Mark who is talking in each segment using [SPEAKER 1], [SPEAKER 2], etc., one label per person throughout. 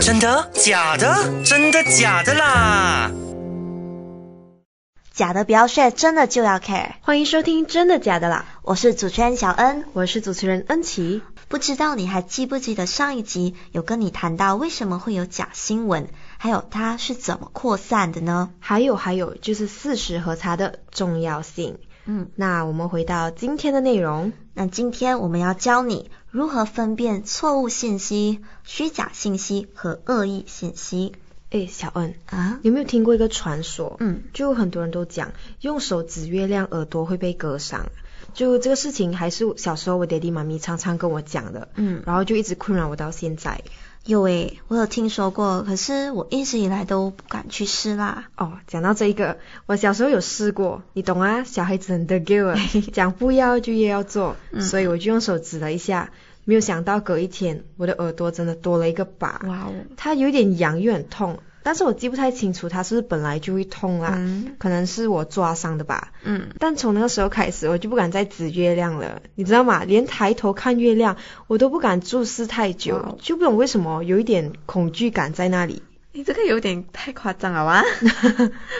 [SPEAKER 1] 真的？假的？真的假的啦？
[SPEAKER 2] 假的不要炫，真的就要 care。
[SPEAKER 3] 欢迎收听《真的假的啦》，
[SPEAKER 2] 我是主持人小恩，
[SPEAKER 3] 我是主持人恩琪。
[SPEAKER 2] 不知道你还记不记得上一集有跟你谈到为什么会有假新闻，还有它是怎么扩散的呢？
[SPEAKER 3] 还有还有，就是事实核查的重要性。
[SPEAKER 2] 嗯，
[SPEAKER 3] 那我们回到今天的内容。
[SPEAKER 2] 那今天我们要教你如何分辨错误信息、虚假信息和恶意信息
[SPEAKER 3] 诶，小恩，
[SPEAKER 2] 啊。
[SPEAKER 3] 有没有听过一个传说？
[SPEAKER 2] 嗯，
[SPEAKER 3] 就很多人都讲用手指月亮，耳朵会被割伤。就这个事情，还是小时候我爹地妈咪常常跟我讲的，
[SPEAKER 2] 嗯
[SPEAKER 3] 然后就一直困扰我到现在。
[SPEAKER 2] 有诶，我有听说过，可是我一直以来都不敢去试啦。
[SPEAKER 3] 哦，讲到这一个，我小时候有试过，你懂啊，小孩子很得 g i l 讲不要就也要做，
[SPEAKER 2] 嗯
[SPEAKER 3] 所以我就用手指了一下，没有想到隔一天，我的耳朵真的多了一个疤，
[SPEAKER 2] 哇哦，
[SPEAKER 3] 它有点痒又很痛，但是我记不太清楚它是不是本来就会痛啊啦，
[SPEAKER 2] 嗯
[SPEAKER 3] 可能是我抓伤的吧。
[SPEAKER 2] 嗯，
[SPEAKER 3] 但从那个时候开始，我就不敢再指月亮了，你知道吗？连抬头看月亮，我都不敢注视太久
[SPEAKER 4] 哇哦
[SPEAKER 3] 就不懂为什么有一点恐惧感在那里。
[SPEAKER 4] 你这个有点太夸张了 哇！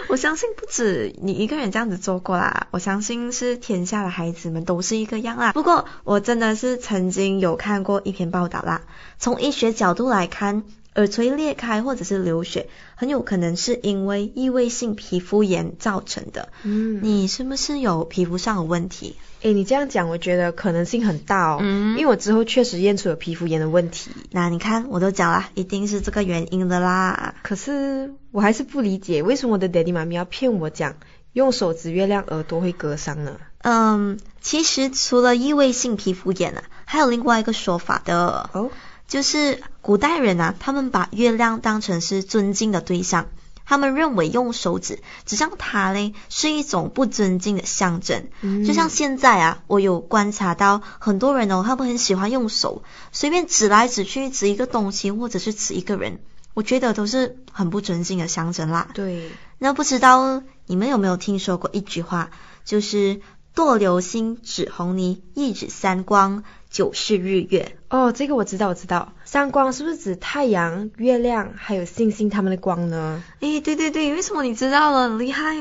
[SPEAKER 4] 我相信不止你一个人这样子做过啦，我相信是天下的孩子们都是一个
[SPEAKER 2] 啊
[SPEAKER 4] 样啦。不过我真的是曾经有看过一篇报道啦，
[SPEAKER 2] 从医学角度来看，耳垂裂开或者是流血，很有可能是因为异位性皮肤炎造成的。
[SPEAKER 3] 嗯
[SPEAKER 2] 你是不是有皮肤上的问题？
[SPEAKER 3] 诶，你这样讲，我觉得可能性很大哦，
[SPEAKER 4] 嗯
[SPEAKER 3] 因为我之后确实验出有皮肤炎的问题，
[SPEAKER 2] 那你看，我都讲啦，一定是这个原因的啦。
[SPEAKER 3] 可是我还是不理解为什么我的 daddy 妈咪要骗我讲用手指月亮耳朵会割伤呢？
[SPEAKER 2] 嗯，其实除了异位性皮肤炎啊，还有另外一个说法的，
[SPEAKER 3] 哦，
[SPEAKER 2] 就是古代人啊，他们把月亮当成是尊敬的对象，他们认为用手指指向它嘞是一种不尊敬的象征。
[SPEAKER 3] 嗯
[SPEAKER 2] 就像现在啊，我有观察到很多人哦，他们很喜欢用手随便指来指去，指一个东西或者是指一个人，我觉得都是很不尊敬的象征啦。
[SPEAKER 3] 对，
[SPEAKER 2] 那不知道你们有没有听说过一句话，就是堕流星指红泥，一指三光，九是日月。
[SPEAKER 3] 哦，这个我知道，我知道，三光是不是指太阳、月亮还有星星它们的光呢？
[SPEAKER 2] 哎
[SPEAKER 4] 诶，对对对，为什么你知道了？很厉害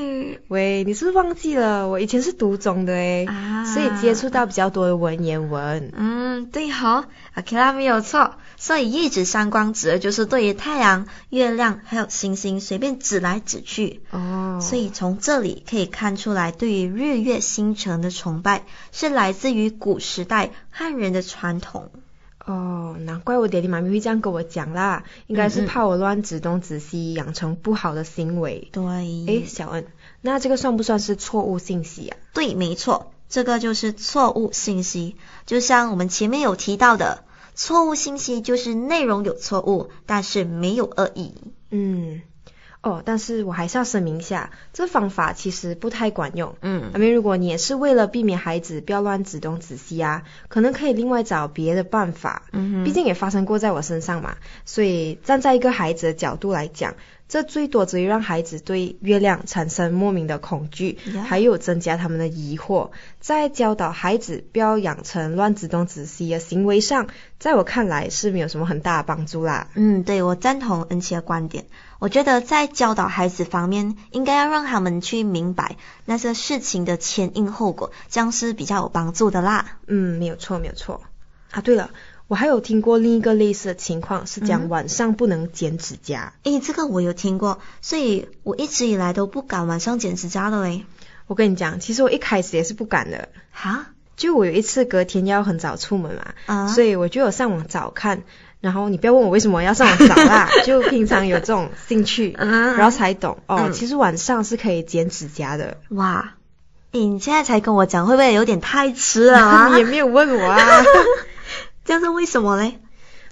[SPEAKER 3] 喂，你是不是忘记了？我以前是读中的诶，
[SPEAKER 4] 啊！
[SPEAKER 3] 所以接触到比较多的文言文。
[SPEAKER 4] 嗯，对好、哦、，OK 啦，没有错。
[SPEAKER 2] 所以一指三光指的就是对于太阳、月亮还有星星随便指来指去。
[SPEAKER 3] 哦
[SPEAKER 2] 所以从这里可以看出来，对于日月星辰的崇拜是来自于古时代汉人的传统。
[SPEAKER 3] 哦，难怪我爹地妈咪会这样跟我讲啦，应该是怕我乱指东指西，养成不好的行为。
[SPEAKER 2] 对，
[SPEAKER 3] 诶，小恩，那这个算不算是错误信息啊？
[SPEAKER 2] 对，没错，这个就是错误信息。就像我们前面有提到的，错误信息就是内容有错误，但是没有恶意。
[SPEAKER 3] 嗯，哦，但是我还是要声明一下，这方法其实不太管用。
[SPEAKER 4] 嗯
[SPEAKER 3] 阿妹，如果你也是为了避免孩子不要乱指东指西啊，可能可以另外找别的办法。
[SPEAKER 4] 嗯哼
[SPEAKER 3] 毕竟也发生过在我身上嘛，所以站在一个孩子的角度来讲，这最多只会让孩子对月亮产生莫名的恐惧
[SPEAKER 2] Yeah
[SPEAKER 3] 还有增加他们的疑惑。在教导孩子不要养成乱指东指西的行为上，在我看来是没有什么很大的帮助啦。
[SPEAKER 2] 嗯，对，我赞同恩琪的观点。我觉得在教导孩子方面，应该要让他们去明白那些事情的前因后果，这样是比较有帮助的啦。
[SPEAKER 3] 嗯，没有错，没有错。啊，对了，我还有听过另一个类似的情况，是
[SPEAKER 2] 嗯
[SPEAKER 3] 讲晚上不能剪指甲。
[SPEAKER 2] 诶，这个我有听过，所以我一直以来都不敢晚上剪指甲的嘞。
[SPEAKER 3] 我跟你讲，其实我一开始也是不敢的，
[SPEAKER 2] 哈
[SPEAKER 3] 就我有一次隔天要很早出门嘛，
[SPEAKER 2] 啊，
[SPEAKER 3] 所以我就有上网找看。然后你不要问我为什么要上网找 啦，就平常有这种兴趣，
[SPEAKER 2] 嗯
[SPEAKER 3] 然后才懂哦。
[SPEAKER 4] 嗯
[SPEAKER 3] 其实晚上是可以剪指甲的，
[SPEAKER 2] 哇，诶，你现在才跟我讲，会不会有点太迟了啊？
[SPEAKER 3] 你也没有问我啊。
[SPEAKER 2] 这样是为什么嘞？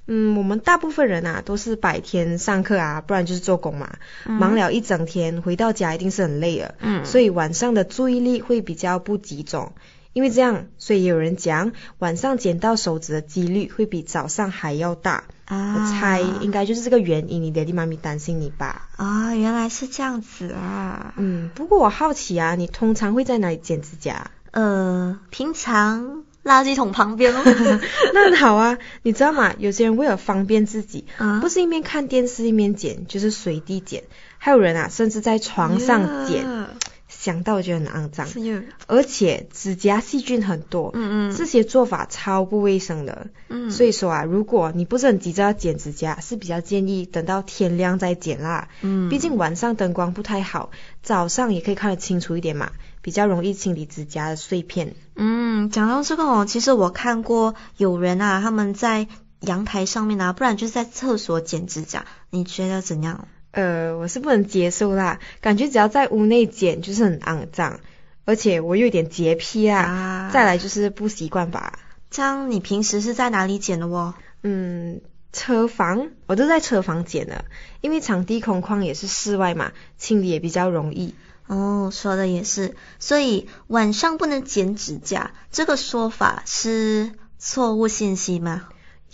[SPEAKER 3] 嗯，我们大部分人啊都是白天上课啊，不然就是做工嘛，
[SPEAKER 2] 嗯
[SPEAKER 3] 忙了一整天，回到家一定是很累的，
[SPEAKER 4] 嗯
[SPEAKER 3] 所以晚上的注意力会比较不集中。因为这样，所以也有人讲晚上剪到手指的几率会比早上还要大。
[SPEAKER 2] 啊，
[SPEAKER 3] 我猜应该就是这个原因，你爹地妈咪担心你吧。
[SPEAKER 2] 啊，原来是这样子啊。
[SPEAKER 3] 嗯，不过我好奇啊，你通常会在哪里剪指甲？
[SPEAKER 2] 呃，平常垃圾桶旁 边咯。
[SPEAKER 3] 那很好啊，你知道吗？有些人为了方便自己，
[SPEAKER 2] 啊
[SPEAKER 3] 不是一面看电视一面剪，就是随地剪。还有人啊，甚至在床上剪
[SPEAKER 4] Yeah，
[SPEAKER 3] 想到我觉得很肮脏。
[SPEAKER 4] 是有
[SPEAKER 3] 而且指甲细菌很多，
[SPEAKER 4] 嗯嗯
[SPEAKER 3] 这些做法超不卫生的。
[SPEAKER 4] 嗯，
[SPEAKER 3] 所以说啊，如果你不是很急着要剪指甲，是比较建议等到天亮再剪啦。
[SPEAKER 4] 嗯
[SPEAKER 3] 毕竟晚上灯光不太好，早上也可以看得清楚一点嘛，比较容易清理指甲的碎片。
[SPEAKER 2] 嗯，讲到这个哦，其实我看过有人啊，他们在阳台上面啊，不然就是在厕所剪指甲，你觉得怎样？
[SPEAKER 3] 呃，我是不能接受啦，感觉只要在屋内剪就是很肮脏，而且我有点洁癖啊。
[SPEAKER 4] 啊
[SPEAKER 3] 再来就是不习惯吧，
[SPEAKER 2] 这样你平时是在哪里剪的哦？
[SPEAKER 3] 嗯，车房我都在车房剪的，因为场地空旷也是室外嘛，清理也比较容易。
[SPEAKER 2] 哦，说的也是，所以晚上不能剪指甲这个说法是错误信息吗？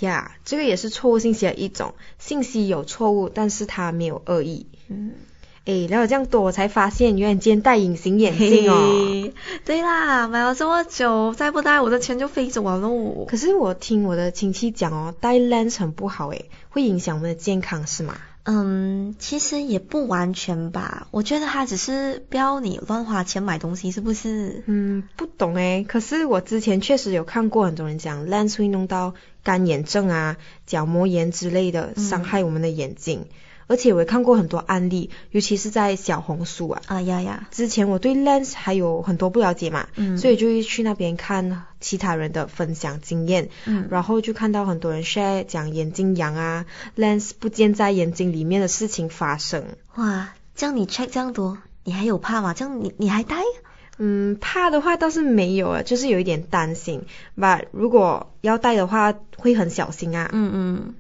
[SPEAKER 3] 呀这个也是错误信息的一种，信息有错误，但是它没有恶意。
[SPEAKER 4] 嗯
[SPEAKER 3] 诶，聊了这样多，我才发现原来你今天戴隐形眼镜哦。
[SPEAKER 4] 嘿对啦，买了这么久，再不戴我的钱就飞走了喽。
[SPEAKER 3] 可是我听我的亲戚讲哦，戴 lens 很不好诶，会影响我们的健康是吗？
[SPEAKER 2] 嗯，其实也不完全吧，我觉得他只是不要你乱花钱买东西，是不是？
[SPEAKER 3] 嗯，不懂诶。可是我之前确实有看过很多人讲 lens 会弄到干眼症啊、角膜炎之类的，伤害我们的眼睛。而且我也看过很多案例，尤其是在小红书啊，
[SPEAKER 2] 啊呀呀，
[SPEAKER 3] 之前我对 lens 还有很多不了解嘛，
[SPEAKER 2] 嗯
[SPEAKER 3] 所以就会去那边看其他人的分享经验，
[SPEAKER 2] 嗯
[SPEAKER 3] 然后就看到很多人 share 讲眼睛痒啊，lens 不见在眼睛里面的事情发生。
[SPEAKER 2] 哇，这样你 check 这样多，你还有怕吗？这样你你还戴？
[SPEAKER 3] 嗯，怕的话倒是没有啊，就是有一点担心吧。如果要戴的话，会很小心啊。
[SPEAKER 2] 嗯嗯。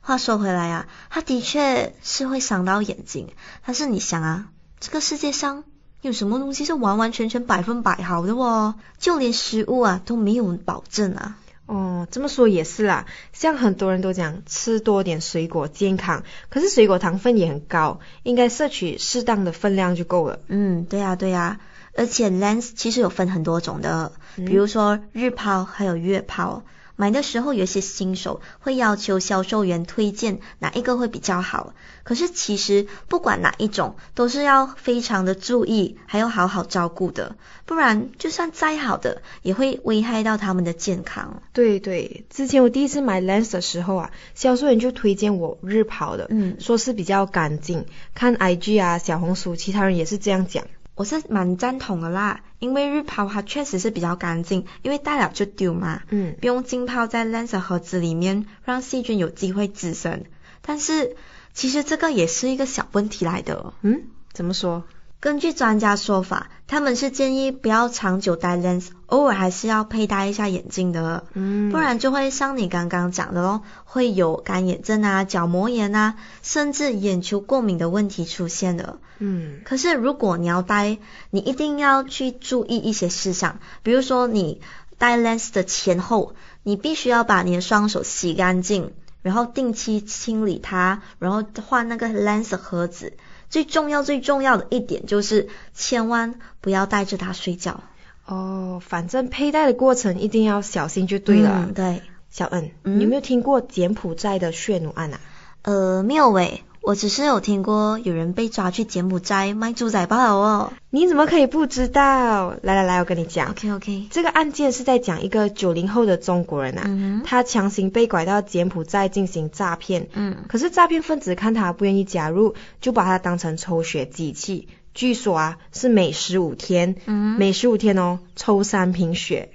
[SPEAKER 2] 话说回来啊，它的确是会伤到眼睛，但是你想啊，这个世界上有什么东西是完完全全百分百好的哦？就连食物啊都没有保证啊。
[SPEAKER 3] 哦，这么说也是啦，像很多人都讲吃多点水果健康，可是水果糖分也很高，应该摄取适当的分量就够了。
[SPEAKER 2] 嗯，对啊对啊，而且 lens 其实有分很多种的，
[SPEAKER 3] 嗯
[SPEAKER 2] 比如说日抛还有月抛。买的时候有一些新手会要求销售员推荐哪一个会比较好，可是其实不管哪一种都是要非常的注意，还要好好照顾的，不然就算再好的也会危害到他们的健康。
[SPEAKER 3] 对对，之前我第一次买 lens 的时候啊，销售员就推荐我日抛的，
[SPEAKER 2] 嗯
[SPEAKER 3] 说是比较干净。看 IG 啊、小红书，其他人也是这样讲。
[SPEAKER 4] 我是蛮赞同的啦，因为日抛它确实是比较干净，因为戴了就丢嘛，
[SPEAKER 3] 嗯，
[SPEAKER 4] 不用浸泡在 lens 的盒子里面，让细菌有机会滋生。但是其实这个也是一个小问题来的。
[SPEAKER 3] 嗯，怎么说？
[SPEAKER 2] 根据专家说法，他们是建议不要长久戴 lens，偶尔还是要佩戴一下眼镜的。
[SPEAKER 3] 嗯
[SPEAKER 2] 不然就会像你刚刚讲的咯，会有干眼症啊、角膜炎啊，甚至眼球过敏的问题出现的。
[SPEAKER 3] 嗯
[SPEAKER 2] 可是如果你要戴，你一定要去注意一些事项，比如说你戴 lens 的前后，你必须要把你的双手洗干净，然后定期清理它，然后换那个 lens 的盒子。最重要最重要的一点就是，千万不要带着它睡觉。
[SPEAKER 3] 哦，反正佩戴的过程一定要小心就对了。
[SPEAKER 2] 嗯对。
[SPEAKER 3] 小恩，
[SPEAKER 2] 嗯
[SPEAKER 3] 你有没有听过柬埔寨的血奴案啊？
[SPEAKER 2] 呃，没有诶，我只是有听过有人被抓去柬埔寨卖猪仔罢了哦。
[SPEAKER 3] 你怎么可以不知道？来来来，我跟你讲。
[SPEAKER 2] OK OK，
[SPEAKER 3] 这个案件是在讲一个九零后的中国人啊，
[SPEAKER 2] 嗯哼
[SPEAKER 3] 他强行被拐到柬埔寨进行诈骗，
[SPEAKER 2] 嗯
[SPEAKER 3] 可是诈骗分子看他不愿意加入，就把他当成抽血机器。据说啊，是每十五天，
[SPEAKER 2] 嗯
[SPEAKER 3] 每十五天哦，抽三瓶血。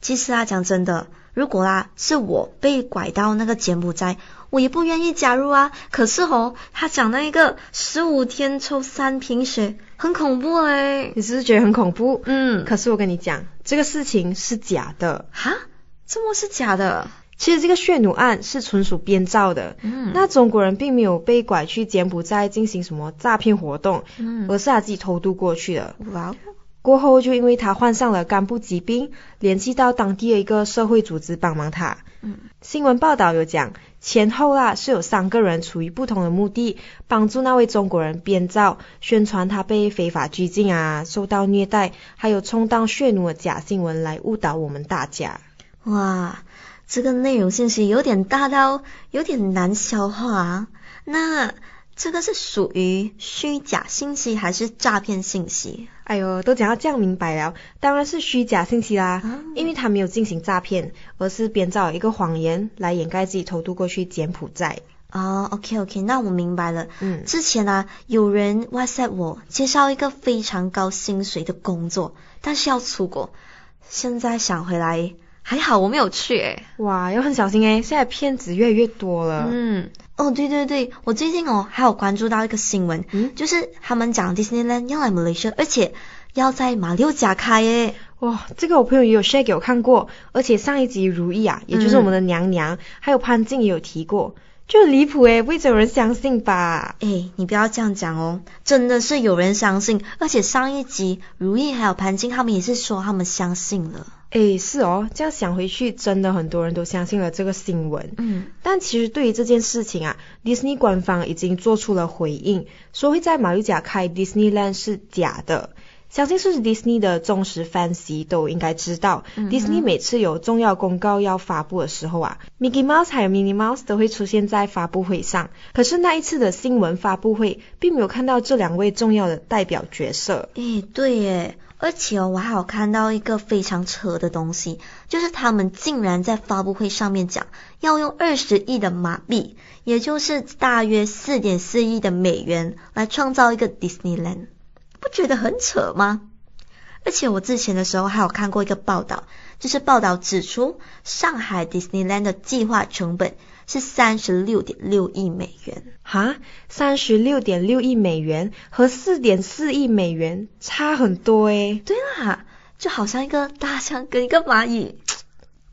[SPEAKER 2] 其实啊，讲真的，如果啦是我被拐到那个柬埔寨，我也不愿意加入啊。可是哦，他讲那一个十五天抽三瓶血，很恐怖欸诶。
[SPEAKER 3] 你是不是觉得很恐怖？
[SPEAKER 2] 嗯，
[SPEAKER 3] 可是我跟你讲，这个事情是假的。
[SPEAKER 2] 哈，这么是假的？
[SPEAKER 3] 其实这个血奴案是纯属编造的。
[SPEAKER 2] 嗯
[SPEAKER 3] 那中国人并没有被拐去柬埔寨进行什么诈骗活动，
[SPEAKER 2] 嗯，
[SPEAKER 3] 而是他自己偷渡过去的。
[SPEAKER 4] 哇哦，
[SPEAKER 3] 过后就因为他患上了肝部疾病，联系到当地的一个社会组织帮忙他。
[SPEAKER 2] 哦
[SPEAKER 4] 嗯，
[SPEAKER 3] 新闻报道有讲，前后啦是有三个人出于不同的目的，帮助那位中国人编造、宣传他被非法拘禁啊、受到虐待，还有充当血奴的假新闻来误导我们大家。
[SPEAKER 2] 哇，这个内容信息有点大到有点难消化啊。那这个是属于虚假信息还是诈骗信息？
[SPEAKER 3] 哎呦，都讲到这样明白了，当然是虚假信息啦，
[SPEAKER 2] 啊
[SPEAKER 3] 因为他没有进行诈骗，而是编造一个谎言来掩盖自己偷渡过去柬埔寨。
[SPEAKER 2] 哦，OK OK，那我明白了。
[SPEAKER 3] 嗯，
[SPEAKER 2] 之前啊，有人 WhatsApp 我介绍一个非常高薪水的工作，但是要出国。现在想回来，还好我没有去欸诶。
[SPEAKER 3] 哇，要很小心欸诶，现在骗子越来越多了。
[SPEAKER 2] 嗯，哦，对对对，我最近哦还有关注到一个新闻，
[SPEAKER 3] 嗯
[SPEAKER 2] 就是他们讲 Disneyland 要来马来西亚，而且要在马六甲开欸耶。
[SPEAKER 3] 哇，这个我朋友也有 share 给我看过，而且上一集如意啊，也就是我们的娘娘，还有潘静也有提过，就很离谱诶，不会总有人相信吧？
[SPEAKER 2] 哎，你不要这样讲哦，真的是有人相信，而且上一集如意还有潘静他们也是说他们相信了。
[SPEAKER 3] 诶，是哦，这样想回去，真的很多人都相信了这个新闻。
[SPEAKER 2] 嗯，
[SPEAKER 3] 但其实对于这件事情啊，迪士尼官方已经做出了回应，说会在马六甲开 Disneyland 是假的。相信是迪士尼的忠实 fans 都应该知道，迪士尼每次有重要公告要发布的时候啊，Mickey Mouse 还有 Minnie Mouse 都会出现在发布会上。可是那一次的新闻发布会，并没有看到这两位重要的代表角色。
[SPEAKER 2] 哎，对耶，而且哦我还有看到一个非常扯的东西，就是他们竟然在发布会上面讲要用二十亿的马币，也就是大约四点四亿的美元来创造一个 Disneyland，不觉得很扯吗？而且我之前的时候还有看过一个报道，就是报道指出上海 Disneyland 的计划成本是三十六点六亿美元。
[SPEAKER 3] 哈，三十六点六亿美元和四点四亿美元差很多欸诶。
[SPEAKER 2] 对啦，就好像一个大象跟一个蚂蚁。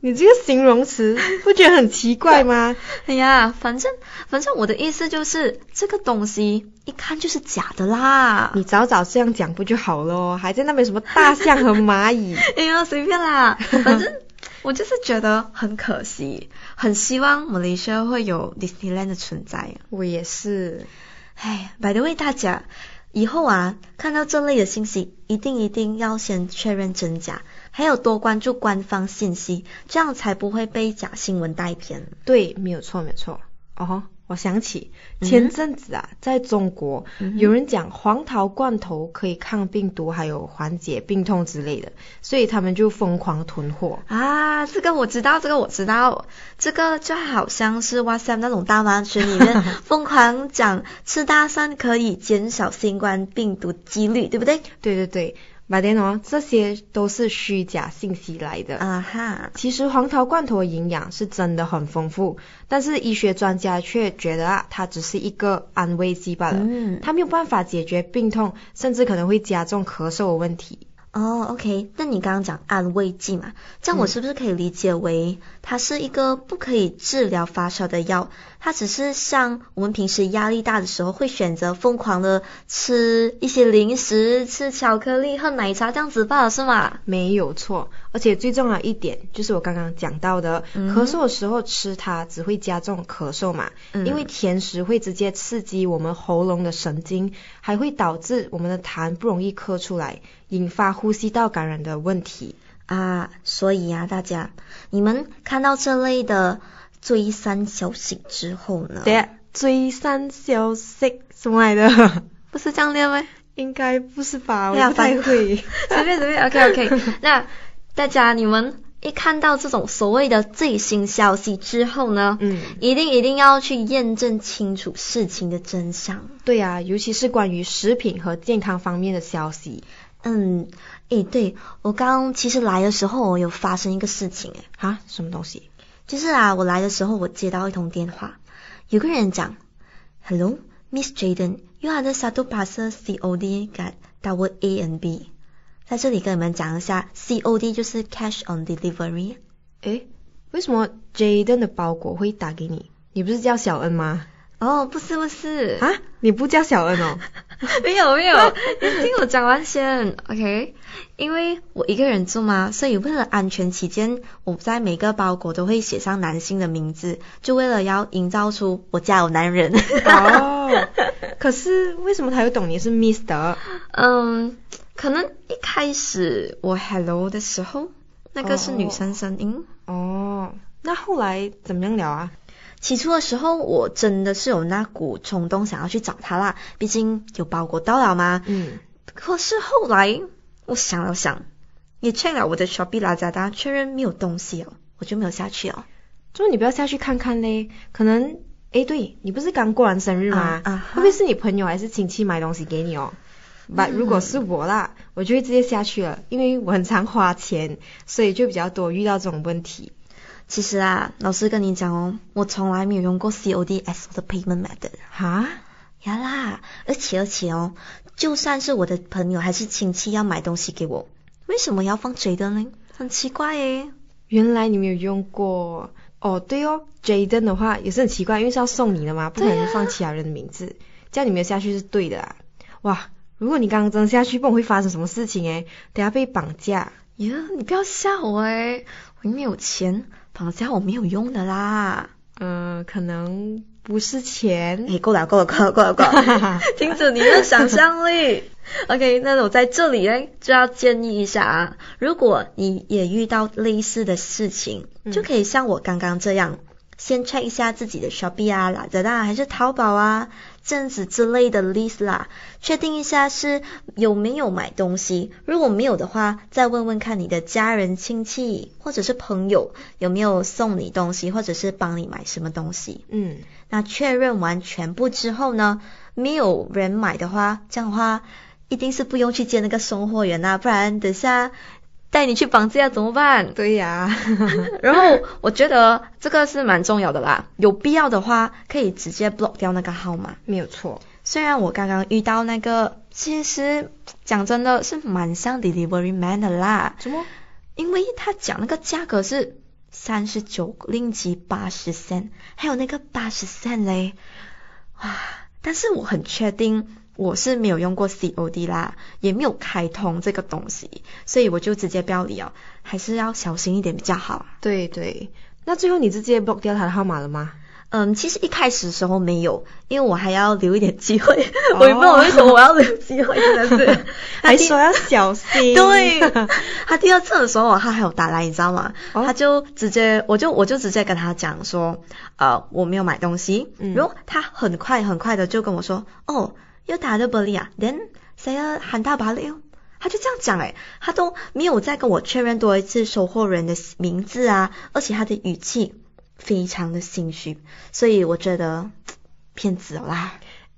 [SPEAKER 3] 你这个形容词不觉得很奇 怪吗？
[SPEAKER 2] 哎呀，反正反正我的意思就是，这个东西一看就是假的啦。
[SPEAKER 3] 你早早这样讲不就好咯？还在那边什么大象和蚂 蚁？
[SPEAKER 4] 哎呀，随便啦，反正我就是觉得很可惜，很希望马来西亚会有 Disneyland 的存在。
[SPEAKER 3] 我也是，
[SPEAKER 2] 哎，by the way，大家以后啊，看到这类的信息，一定一定要先确认真假，还有多关注官方信息，这样才不会被假新闻带偏。
[SPEAKER 3] 对，没有错，没有错。哦吼，我想起
[SPEAKER 2] 嗯
[SPEAKER 3] 前阵子啊，在中国、
[SPEAKER 2] 嗯哼
[SPEAKER 3] 有人讲黄桃罐头可以抗病毒，还有缓解病痛之类的，所以他们就疯狂囤货。
[SPEAKER 4] 啊，这个我知道，这个我知道，这个就好像是 WhatsApp 那种大妈群里面
[SPEAKER 2] 疯狂讲吃大蒜可以减少新冠病毒几率，对不对？
[SPEAKER 3] 对对对，马电哦，这些都是虚假信息来的。
[SPEAKER 2] 啊哈，
[SPEAKER 3] 其实黄桃罐头的营养是真的很丰富，但是医学专家却觉得啊，它只是一个安慰剂罢了，
[SPEAKER 2] 嗯
[SPEAKER 3] 它没有办法解决病痛，甚至可能会加重咳嗽的问题。
[SPEAKER 2] 哦、o k 那你刚刚讲安慰剂嘛，这样我是不是可以理解为它是一个不可以治疗发烧的药？它只是像我们平时压力大的时候会选择疯狂的吃一些零食、吃巧克力、喝奶茶这样子罢了，是吗？
[SPEAKER 3] 没有错，而且最重要一点就是我刚刚讲到的，
[SPEAKER 2] 嗯
[SPEAKER 3] 咳嗽的时候吃它只会加重咳嗽嘛，
[SPEAKER 2] 嗯
[SPEAKER 3] 因为甜食会直接刺激我们喉咙的神经，还会导致我们的痰不容易咳出来，引发呼吸道感染的问题。
[SPEAKER 2] 啊，所以啊，大家你们看到这类的追三小息之后呢？
[SPEAKER 3] 对，追三消息什么来的？
[SPEAKER 4] 不是这样练 吗？
[SPEAKER 3] 应该不是吧？我
[SPEAKER 2] 哎呀
[SPEAKER 3] 也不太会。
[SPEAKER 4] 随便随便，OK OK。
[SPEAKER 2] 那大家你们一看到这种所谓的最新消息之后呢，
[SPEAKER 3] 嗯
[SPEAKER 2] 一定一定要去验证清楚事情的真相。
[SPEAKER 3] 对呀、尤其是关于食品和健康方面的消息
[SPEAKER 2] 嗯，诶，对我刚其实来的时候，我有发生一个事情，诶，
[SPEAKER 3] 啊，什么东西？
[SPEAKER 2] 就是啊，我来的时候我接到一通电话，有个人讲，Hello Miss Jaden, you are the Satu Passer COD g u d our A and B。在这里跟你们讲一下，COD 就是 Cash on Delivery。
[SPEAKER 3] 诶，为什么 Jaden 的包裹会打给你？你不是叫小恩吗？
[SPEAKER 4] 哦，不是不是，
[SPEAKER 3] 啊，你不叫小恩 哦？
[SPEAKER 4] 没有没 有，你听我讲完先，OK？因为我一个人住嘛，所以为了安全起见，我在每个包裹都会写上男性的名字，就为了要营造出我家有男人。
[SPEAKER 3] 哦，可是为什么他又懂你是 Mr？
[SPEAKER 4] 嗯，可能一开始我 hello 的时候，那个是女生声音，
[SPEAKER 3] 哦，那后来怎么样了啊？
[SPEAKER 2] 起初的时候，我真的是有那股冲动想要去找他啦，毕竟有包裹到了嘛。
[SPEAKER 3] 嗯，
[SPEAKER 2] 可是后来我想了想，也 check 了我的 Shopee、Lazada，确认没有东西哦，我就没有下去哦。
[SPEAKER 3] 就你不要下去看看嘞，可能，诶，对你不是刚过完生日吗
[SPEAKER 2] 啊？啊哈
[SPEAKER 3] 会不会是你朋友还是亲戚买东西给你哦？But 如果是我啦，我就会直接下去了，因为我很常花钱，所以就比较多遇到这种问题。
[SPEAKER 2] 其实啊，老师跟你讲哦，我从来没有用过 COD as 我的 payment method。
[SPEAKER 3] 哈，
[SPEAKER 2] 呀啦，而且而且哦，就算是我的朋友还是亲戚要买东西给我，为什么要放 J 的呢？很奇怪诶。
[SPEAKER 3] 原来你没有用过哦，对哦，Jaden 的话也是很奇怪，因为是要送你的嘛，不可能放其他人的名字，这样你没有下去是对的啦。哇，如果你刚刚真的下去，不然会发生什么事情诶，等下被绑架。
[SPEAKER 2] 呀，你不要吓我诶，我又没有钱，绑架我没有用的啦。
[SPEAKER 3] 嗯、可能不是钱。
[SPEAKER 2] 哎，够了，够了，够了，够了，够 了，停止你的想象力。OK，那我在这里呢，就要建议一下啊，如果你也遇到类似的事情，就可以像我刚刚这样，先 check 一下自己的 Shopee 啊、Lazada 还是淘宝啊、镇子之类的 list 啦，确定一下是有没有买东西。如果没有的话，再问问看你的家人、亲戚或者是朋友有没有送你东西，或者是帮你买什么东西。
[SPEAKER 3] 嗯，
[SPEAKER 2] 那确认完全部之后呢，没有人买的话，这样的话一定是不用去见那个送货员啦、啊不然等下带你去绑架怎么办？
[SPEAKER 3] 对呀、
[SPEAKER 2] 然后我觉得这个是蛮重要的啦，有必要的话可以直接 block 掉那个号码。
[SPEAKER 3] 没有错。
[SPEAKER 2] 虽然我刚刚遇到那个，其实讲真的是蛮像 delivery man 的啦，
[SPEAKER 3] 什么？
[SPEAKER 2] 因为他讲那个价格是三十九令吉八十 c 还有那个八十 c 嘞，哇！但是我很确定我是没有用过 COD 啦，也没有开通这个东西，所以我就直接不要理哦，还是要小心一点比较好。
[SPEAKER 3] 对对，那最后你直接 block 掉他的号码了吗？
[SPEAKER 2] 嗯，其实一开始的时候没有，因为我还要留一点机会，我也不知道为什么我要留机会，真的 是他
[SPEAKER 3] 哦还
[SPEAKER 2] 第
[SPEAKER 3] 说要小心。
[SPEAKER 2] 对， 他第二次的时候，他还有打来，你知道吗？
[SPEAKER 3] 哦
[SPEAKER 2] 他就直接，我就我就直接跟他讲说，呃，我没有买东西。
[SPEAKER 3] 嗯
[SPEAKER 2] 然后他很快很快的就跟我说，哦，又打的玻璃啊，then 谁要喊大把了哟？他就这样讲诶，他都没有再跟我确认多一次收货人的名字啊，而且他的语气非常的心虚，所以我觉得骗子了啦。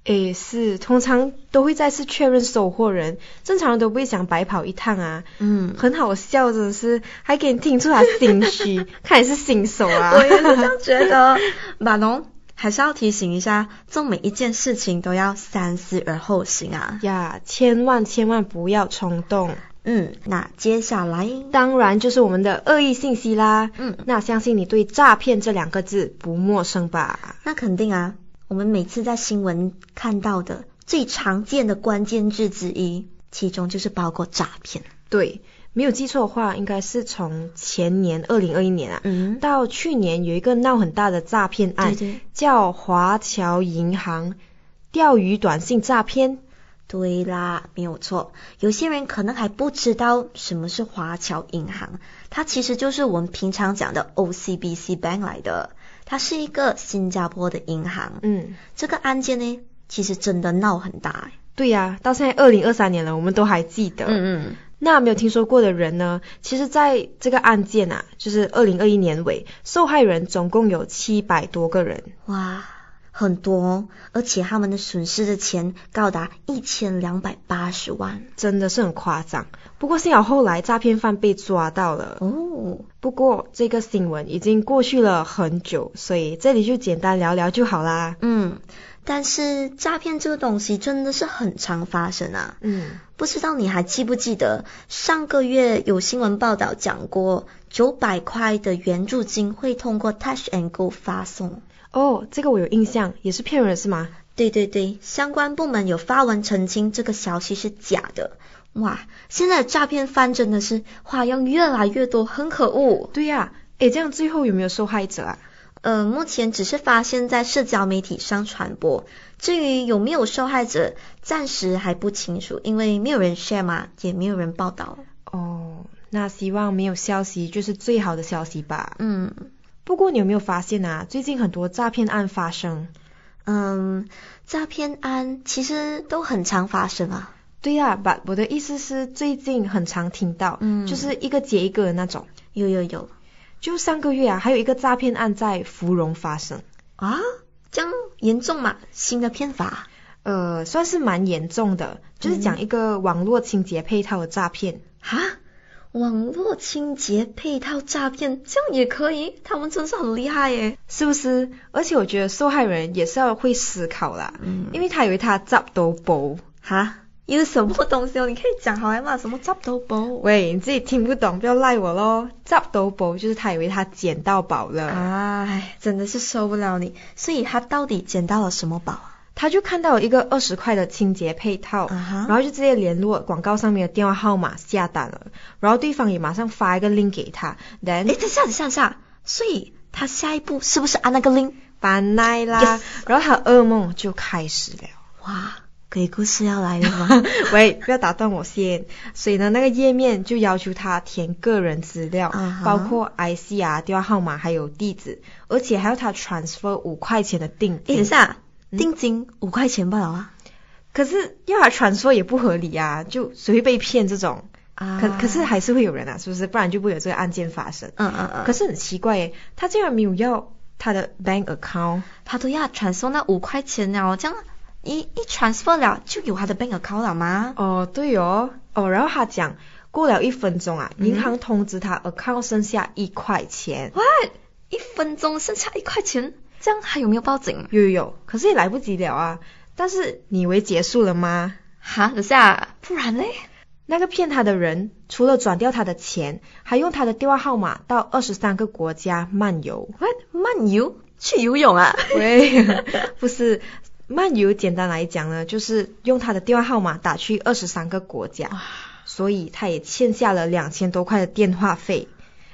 [SPEAKER 3] 诶，是，通常都会再次确认收货人，正常人都不会想白跑一趟啊。
[SPEAKER 2] 嗯，
[SPEAKER 3] 很好笑，真的是，还给你听出他心 虚，看来是新手啊。
[SPEAKER 2] 我也是这样觉得。 马龙还是要提醒一下，做每一件事情都要三思而后行啊。
[SPEAKER 3] 呀，千万千万不要冲动。
[SPEAKER 2] 嗯，那接下来，
[SPEAKER 3] 当然就是我们的恶意信息啦。
[SPEAKER 2] 嗯
[SPEAKER 3] 那相信你对诈骗这两个字不陌生吧？
[SPEAKER 2] 那肯定啊，我们每次在新闻看到的最常见的关键字之一，其中就是包括诈骗。
[SPEAKER 3] 对，没有记错的话，应该是从前年二零二一年啊，
[SPEAKER 2] 嗯
[SPEAKER 3] 到去年有一个闹很大的诈骗案，
[SPEAKER 2] 对对
[SPEAKER 3] 叫华侨银行钓鱼短信诈骗。
[SPEAKER 2] 对啦，没有错。有些人可能还不知道什么是华侨银行，它其实就是我们平常讲的 OCBC Bank 来的，它是一个新加坡的银行。
[SPEAKER 3] 嗯，
[SPEAKER 2] 这个案件呢，其实真的闹很大。欸
[SPEAKER 3] 对呀、到现在二零二三年了，我们都还记得。
[SPEAKER 2] 嗯
[SPEAKER 3] 那没有听说过的人呢？其实，在这个案件啊，就是二零二一年尾，受害人总共有七百多个人。
[SPEAKER 2] 嗯，哇，很多、哦，而且他们的损失的钱高达一千两百八十万
[SPEAKER 3] 真的是很夸张，不过幸好后来诈骗犯被抓到了。
[SPEAKER 2] 哦。
[SPEAKER 3] 不过这个新闻已经过去了很久，所以这里就简单聊聊就好啦。
[SPEAKER 2] 嗯，但是诈骗这个东西真的是很常发生啊。
[SPEAKER 3] 嗯，
[SPEAKER 2] 不知道你还记不记得上个月有新闻报道讲过，九百块的援助金会通过 Touch and Go 发送。
[SPEAKER 3] 哦，这个我有印象，也是骗人的是吗？
[SPEAKER 2] 对对对，相关部门有发文澄清这个消息是假的。哇，现在的诈骗犯真的是花样越来越多，很可恶。
[SPEAKER 3] 对呀、诶，这样最后有没有受害者啊？
[SPEAKER 2] 呃，目前只是发现在社交媒体上传播，至于有没有受害者，暂时还不清楚，因为没有人 share 嘛，也没有人报道。
[SPEAKER 3] 哦，那希望没有消息就是最好的消息吧。
[SPEAKER 2] 嗯
[SPEAKER 3] 不过你有没有发现啊，最近很多诈骗案发生？
[SPEAKER 2] 嗯，诈骗案其实都很常发生啊。
[SPEAKER 3] 对呀、把我的意思是最近很常听到，
[SPEAKER 2] 嗯
[SPEAKER 3] 就是一个接一个的那种。
[SPEAKER 2] 有有有
[SPEAKER 3] 就上个月啊，还有一个诈骗案在芙蓉发生，
[SPEAKER 2] 啊，这样严重嘛？新的骗法
[SPEAKER 3] 呃，算是蛮严重的，就是讲一个网络清洁配套的诈骗。
[SPEAKER 2] 啊？网络清洁配套诈骗，这样也可以？他们真是很厉害耶！
[SPEAKER 3] 是不是？而且我觉得受害人也是要会思考啦，因为他以为他抓到宝，
[SPEAKER 2] 哈，有什么东西哦？你可以讲好来嘛？什么 job 都包
[SPEAKER 3] 喂，你自己听不懂，不要赖我咯。抓到宝就是他以为他捡到宝了，
[SPEAKER 2] 哎，真的是受不了你。所以他到底捡到了什么宝啊？
[SPEAKER 3] 他就看到有一个二十块的清洁配套，
[SPEAKER 2] 啊哈
[SPEAKER 3] 哦然后就直接联络广告上面的电话号码下单了，然后对方也马上发一个 link 给他
[SPEAKER 2] 哎，
[SPEAKER 3] ，then
[SPEAKER 2] 等一下，等一下，等一下。所以他下一步是不是按那个 link？
[SPEAKER 3] 班奈啦
[SPEAKER 2] Yes
[SPEAKER 3] 然后他噩梦就开始了。
[SPEAKER 2] 哇，鬼故事要来了吗？
[SPEAKER 3] 喂，不要打断我先。所以呢，那个页面就要求他填个人资料
[SPEAKER 2] 啊哈
[SPEAKER 3] 包括 IC 啊、电话号码还有地址，而且还要他 transfer 五块钱的定
[SPEAKER 2] 哎，等
[SPEAKER 3] 金
[SPEAKER 2] 一。下，
[SPEAKER 3] 嗯
[SPEAKER 2] 定金五块钱罢了啊。
[SPEAKER 3] 可是要他 transfer 也不合理啊，就谁会被骗这种？
[SPEAKER 2] 啊
[SPEAKER 3] 可可是，还是会有人啊，是不是？不然就不会有这个案件发生。
[SPEAKER 2] 嗯嗯嗯，
[SPEAKER 3] 可是很奇怪耶，他竟然没有要他的 bank account。
[SPEAKER 2] 他都要传送那五块钱了，这样一一 transfer 了就有他的 bank account 了吗？
[SPEAKER 3] 哦，对哦，哦，然后他讲过了一分钟啊，银行通知他 account 剩下一块钱。
[SPEAKER 2] 哇，一分钟剩下一块钱，这样还有没有报警？
[SPEAKER 3] 有有有，可是也来不及了啊！但是你以为结束了吗？
[SPEAKER 2] 哈，等下，不然嘞？
[SPEAKER 3] 那个骗他的人除了转掉他的钱，还用他的电话号码到二十三个国家漫游。
[SPEAKER 2] What？漫游？去游泳啊？
[SPEAKER 3] 喂， 不是漫游，简单来讲呢，就是用他的电话号码打去二十三个国家，所以他也欠下了两千多块的电话费。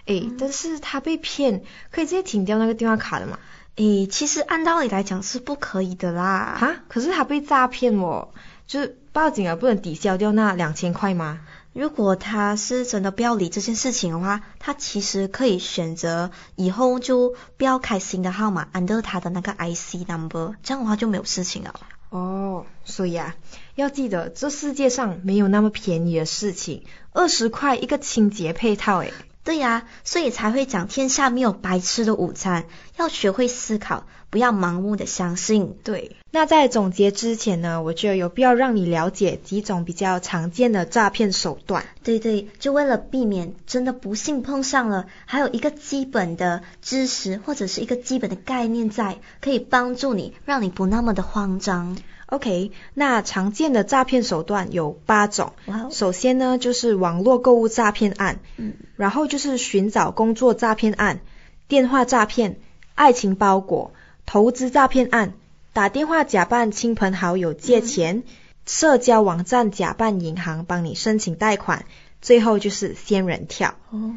[SPEAKER 3] 诶，但是他被骗，可以直接停掉那个电话卡的嘛？
[SPEAKER 2] 诶，其实按道理来讲是不可以的啦。
[SPEAKER 3] 啊，可是他被诈骗哦，就是报警啊了不能抵消掉那两千块吗？
[SPEAKER 2] 如果他是真的不要理这件事情的话，他其实可以选择以后就不要开新的号码，under 他的那个 IC number，这样的话就没有事情了。
[SPEAKER 3] 哦，所以啊，要记得这世界上没有那么便宜的事情，二十块一个清洁配套，诶，
[SPEAKER 2] 对呀、所以才会讲天下没有白吃的午餐，要学会思考，不要盲目的相信。
[SPEAKER 3] 对。那在总结之前呢，我觉得有必要让你了解几种比较常见的诈骗手段。
[SPEAKER 2] 对对，就为了避免真的不幸碰上了，还有一个基本的知识或者是一个基本的概念在，可以帮助你，让你不那么的慌张。
[SPEAKER 3] OK，那常见的诈骗手段有八种。
[SPEAKER 2] 哇哦，
[SPEAKER 3] 首先呢，就是网络购物诈骗案，
[SPEAKER 2] 嗯，
[SPEAKER 3] 然后就是寻找工作诈骗案、电话诈骗、爱情包裹、投资诈骗案、打电话假扮亲朋好友借钱、社交网站假扮银行帮你申请贷款，最后就是仙人跳。
[SPEAKER 2] 哦，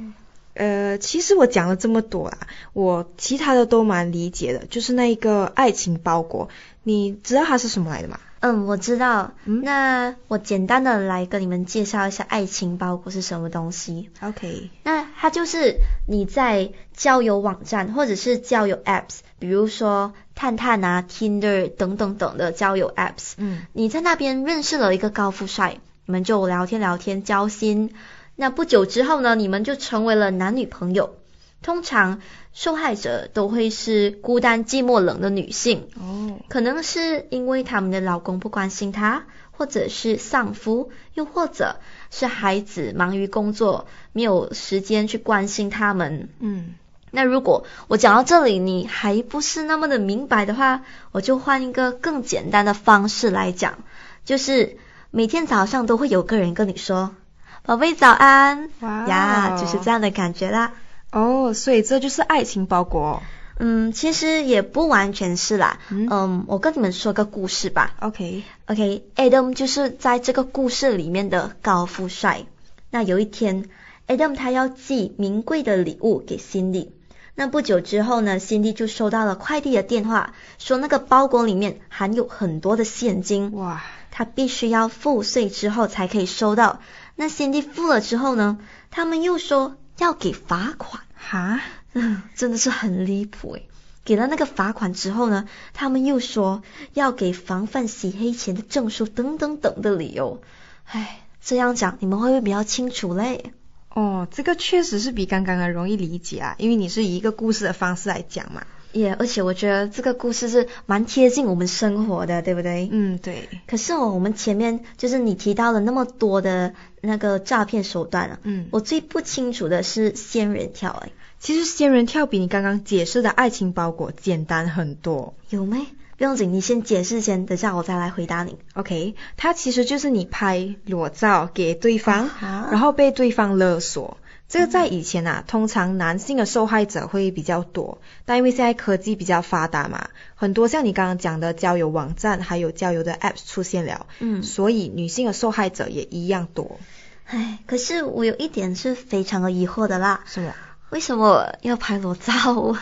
[SPEAKER 3] 呃，其实我讲了这么多啦，我其他的都蛮理解的，就是那一个爱情包裹，你知道它是什么来的吗？
[SPEAKER 2] 嗯，我知道。
[SPEAKER 3] 嗯
[SPEAKER 2] 那我简单的来跟你们介绍一下爱情包裹是什么东西。
[SPEAKER 3] ？OK，
[SPEAKER 2] 那它就是你在交友网站或者是交友 Apps，比如说探探啊、Tinder 等等等的交友 Apps，
[SPEAKER 3] 嗯，
[SPEAKER 2] 你在那边认识了一个高富帅，你们就聊天聊天交心。那不久之后呢，你们就成为了男女朋友。通常受害者都会是孤单、寂寞、冷的女性。
[SPEAKER 3] 哦，
[SPEAKER 2] 可能是因为他们的老公不关心她，或者是丧夫，又或者是孩子忙于工作，没有时间去关心他们。
[SPEAKER 3] 嗯，
[SPEAKER 2] 那如果我讲到这里，你还不是那么的明白的话，我就换一个更简单的方式来讲，就是每天早上都会有个人跟你说：“宝贝，早安。”
[SPEAKER 3] 哇
[SPEAKER 2] 呀，就是这样的感觉啦。
[SPEAKER 3] 哦，所以这就是爱情包裹。哦
[SPEAKER 2] 嗯，其实也不完全是啦。
[SPEAKER 3] 嗯
[SPEAKER 2] 嗯，我跟你们说个故事吧。
[SPEAKER 3] OK，
[SPEAKER 2] OK，Adam 就是在这个故事里面的高富帅。那有一天，Adam 他要寄名贵的礼物给 Cindy。那不久之后呢，Cindy 就收到了快递的电话，说那个包裹里面含有很多的现金，
[SPEAKER 3] 哇，
[SPEAKER 2] 他必须要付税之后才可以收到。那先帝付了之后呢，他们又说要给罚款，
[SPEAKER 4] 哈，
[SPEAKER 2] 嗯， 真的是很离谱诶。给了那个罚款之后呢，他们又说要给防范洗黑钱的证书等等等的理由。唉，这样讲你们会不会比较清楚嘞？
[SPEAKER 3] 哦，这个确实是比刚刚的容易理解啊，因为你是以一个故事的方式来讲嘛。
[SPEAKER 2] 也、而且我觉得这个故事是蛮贴近我们生活的，对不对？
[SPEAKER 3] 嗯，对，
[SPEAKER 2] 可是哦，我们前面就是你提到了那么多的那个诈骗手段啊，
[SPEAKER 3] 嗯
[SPEAKER 2] 我最不清楚的是仙人跳，哎，
[SPEAKER 3] 其实仙人跳比你刚刚解释的爱情包裹简单很多。
[SPEAKER 2] 有没？不用紧，你先解释先，等下我再来回答你。
[SPEAKER 3] OK，它其实就是你拍裸照给对方，
[SPEAKER 2] 啊
[SPEAKER 3] 然后被对方勒索。这个在以前啊，通常男性的受害者会比较多，但因为现在科技比较发达嘛，很多像你刚刚讲的交友网站还有交友的 App 出现了，
[SPEAKER 2] 嗯
[SPEAKER 3] 所以女性的受害者也一样多。
[SPEAKER 2] 唉，可是我有一点是非常的疑惑的啦，
[SPEAKER 3] 什么？
[SPEAKER 2] 为什么要拍裸照？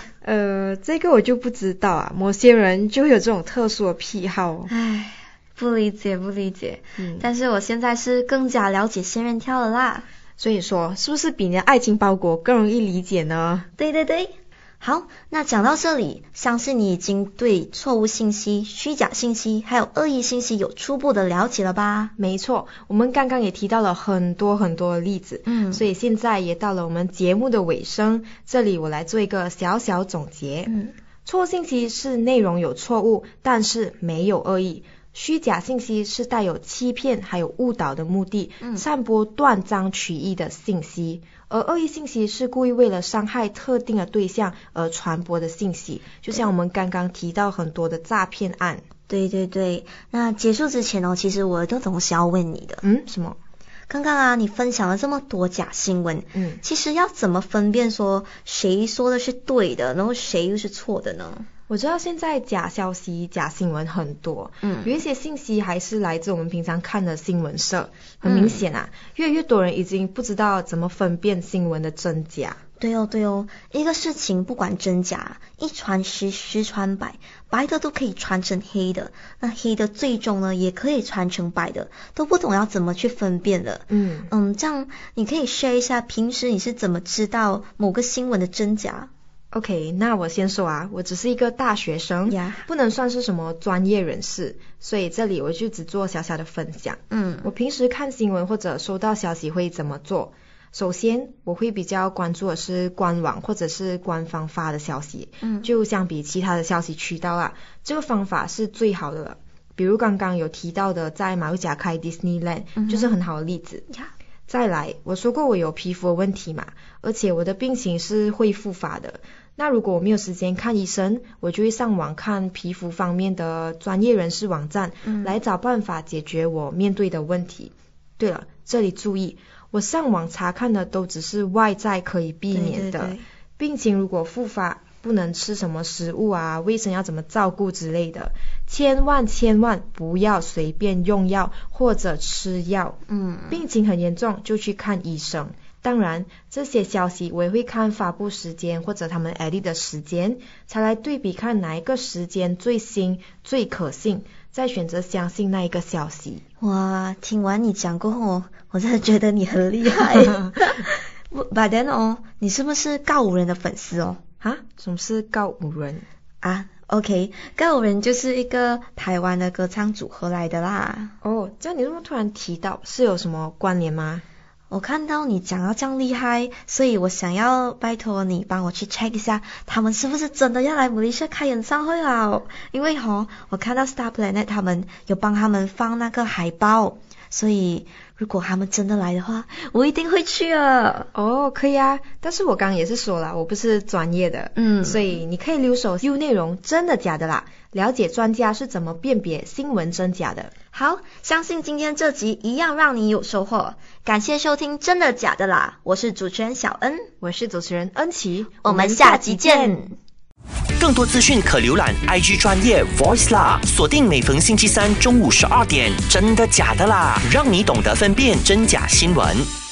[SPEAKER 3] 呃，这个我就不知道啊，某些人就会有这种特殊的癖好哦。
[SPEAKER 2] 唉，不理解不理解。
[SPEAKER 3] 嗯
[SPEAKER 2] 但是我现在是更加了解仙人跳了啦。
[SPEAKER 3] 所以说，是不是比你的爱情包裹更容易理解呢？
[SPEAKER 2] 对对对。好，那讲到这里，相信你已经对错误信息、虚假信息还有恶意信息有初步的了解了吧？
[SPEAKER 3] 没错，我们刚刚也提到了很多很多的例子，
[SPEAKER 2] 嗯
[SPEAKER 3] 所以现在也到了我们节目的尾声，这里我来做一个小小总结。
[SPEAKER 2] 嗯，
[SPEAKER 3] 错误信息是内容有错误，但是没有恶意。虚假信息是带有欺骗还有误导的目的，
[SPEAKER 2] 嗯
[SPEAKER 3] 散播断章取义的信息；而恶意信息是故意为了伤害特定的对象而传播的信息，就像我们刚刚提到很多的诈骗案。
[SPEAKER 2] 对对对。那结束之前哦呢，其实我有个东西要问你的。
[SPEAKER 3] 嗯，什么？
[SPEAKER 2] 刚刚啊，你分享了这么多假新闻，
[SPEAKER 3] 嗯，
[SPEAKER 2] 其实要怎么分辨说谁说的是对的，然后谁又是错的呢？
[SPEAKER 3] 我知道现在假消息、假新闻很多，
[SPEAKER 2] 嗯
[SPEAKER 3] 有一些信息还是来自我们平常看的新闻社。很明显啊，
[SPEAKER 2] 嗯
[SPEAKER 3] 越来越多人已经不知道怎么分辨新闻的真假。
[SPEAKER 2] 对哦，对哦，一个事情不管真假，一传十，十传百，白的都可以传成黑的，那黑的最终呢也可以传成白的，都不懂要怎么去分辨了。
[SPEAKER 3] 嗯，
[SPEAKER 2] 嗯，这样你可以 share 一下，平时你是怎么知道某个新闻的真假？
[SPEAKER 3] OK，那我先说啊，我只是一个大学生
[SPEAKER 2] 呀
[SPEAKER 3] 不能算是什么专业人士，所以这里我就只做小小的分享。
[SPEAKER 2] 嗯
[SPEAKER 3] 我平时看新闻或者收到消息会怎么做？首先，我会比较关注的是官网或者是官方发的消息，
[SPEAKER 2] 嗯
[SPEAKER 3] 就相比其他的消息渠道啊，这个方法是最好的了。比如刚刚有提到的，在马六甲开 Disneyland、
[SPEAKER 2] 嗯哼
[SPEAKER 3] 就是很好的例子。
[SPEAKER 2] 呀，
[SPEAKER 3] 再来，我说过我有皮肤的问题嘛，而且我的病情是会复发的。那如果我没有时间看医生，我就会上网看皮肤方面的专业人士网站，
[SPEAKER 2] 嗯
[SPEAKER 3] 来找办法解决我面对的问题。对了，这里注意，我上网查看的都只是外在可以避免的，
[SPEAKER 2] 对对对
[SPEAKER 3] 病情如果复发，不能吃什么食物啊，卫生要怎么照顾之类的，千万千万不要随便用药或者吃药。
[SPEAKER 2] 嗯，
[SPEAKER 3] 病情很严重就去看医生。当然，这些消息我也会看发布时间或者他们 edit 的时间，才来对比看哪一个时间最新、最可信，再选择相信那一个消息。
[SPEAKER 2] 哇，听完你讲过后， 我真的觉得你很厉害。不，But then 哦，你是不是告五人的粉丝哦？
[SPEAKER 3] 啊，总是告五人。
[SPEAKER 2] 啊，OK，告五人就是一个台湾的歌唱组合来的啦。
[SPEAKER 3] 哦，这样你怎么突然提到是有什么关联吗？
[SPEAKER 2] 我看到你讲到这样厉害，所以我想要拜托你帮我去 check 一下，他们是不是真的要来马来西亚开演唱会了？因为吼、我看到 Star Planet 他们有帮他们放那个海报，所以如果他们真的来的话，我一定会去啊。
[SPEAKER 3] 哦，可以啊，但是我刚刚也是说了，我不是专业的，
[SPEAKER 2] 嗯
[SPEAKER 3] 所以你可以留守 U 内容真的假的啦，了解专家是怎么辨别新闻真假的。
[SPEAKER 2] 好，相信今天这集一样让你有收获。感谢收听，真的假的啦！我是主持人小恩，
[SPEAKER 3] 我是主持人恩琪，
[SPEAKER 2] 我们下集见。
[SPEAKER 1] 更多资讯可浏览 IG 专业 Voice 啦，锁定每逢星期三中午十二点，真的假的啦，让你懂得分辨真假新闻。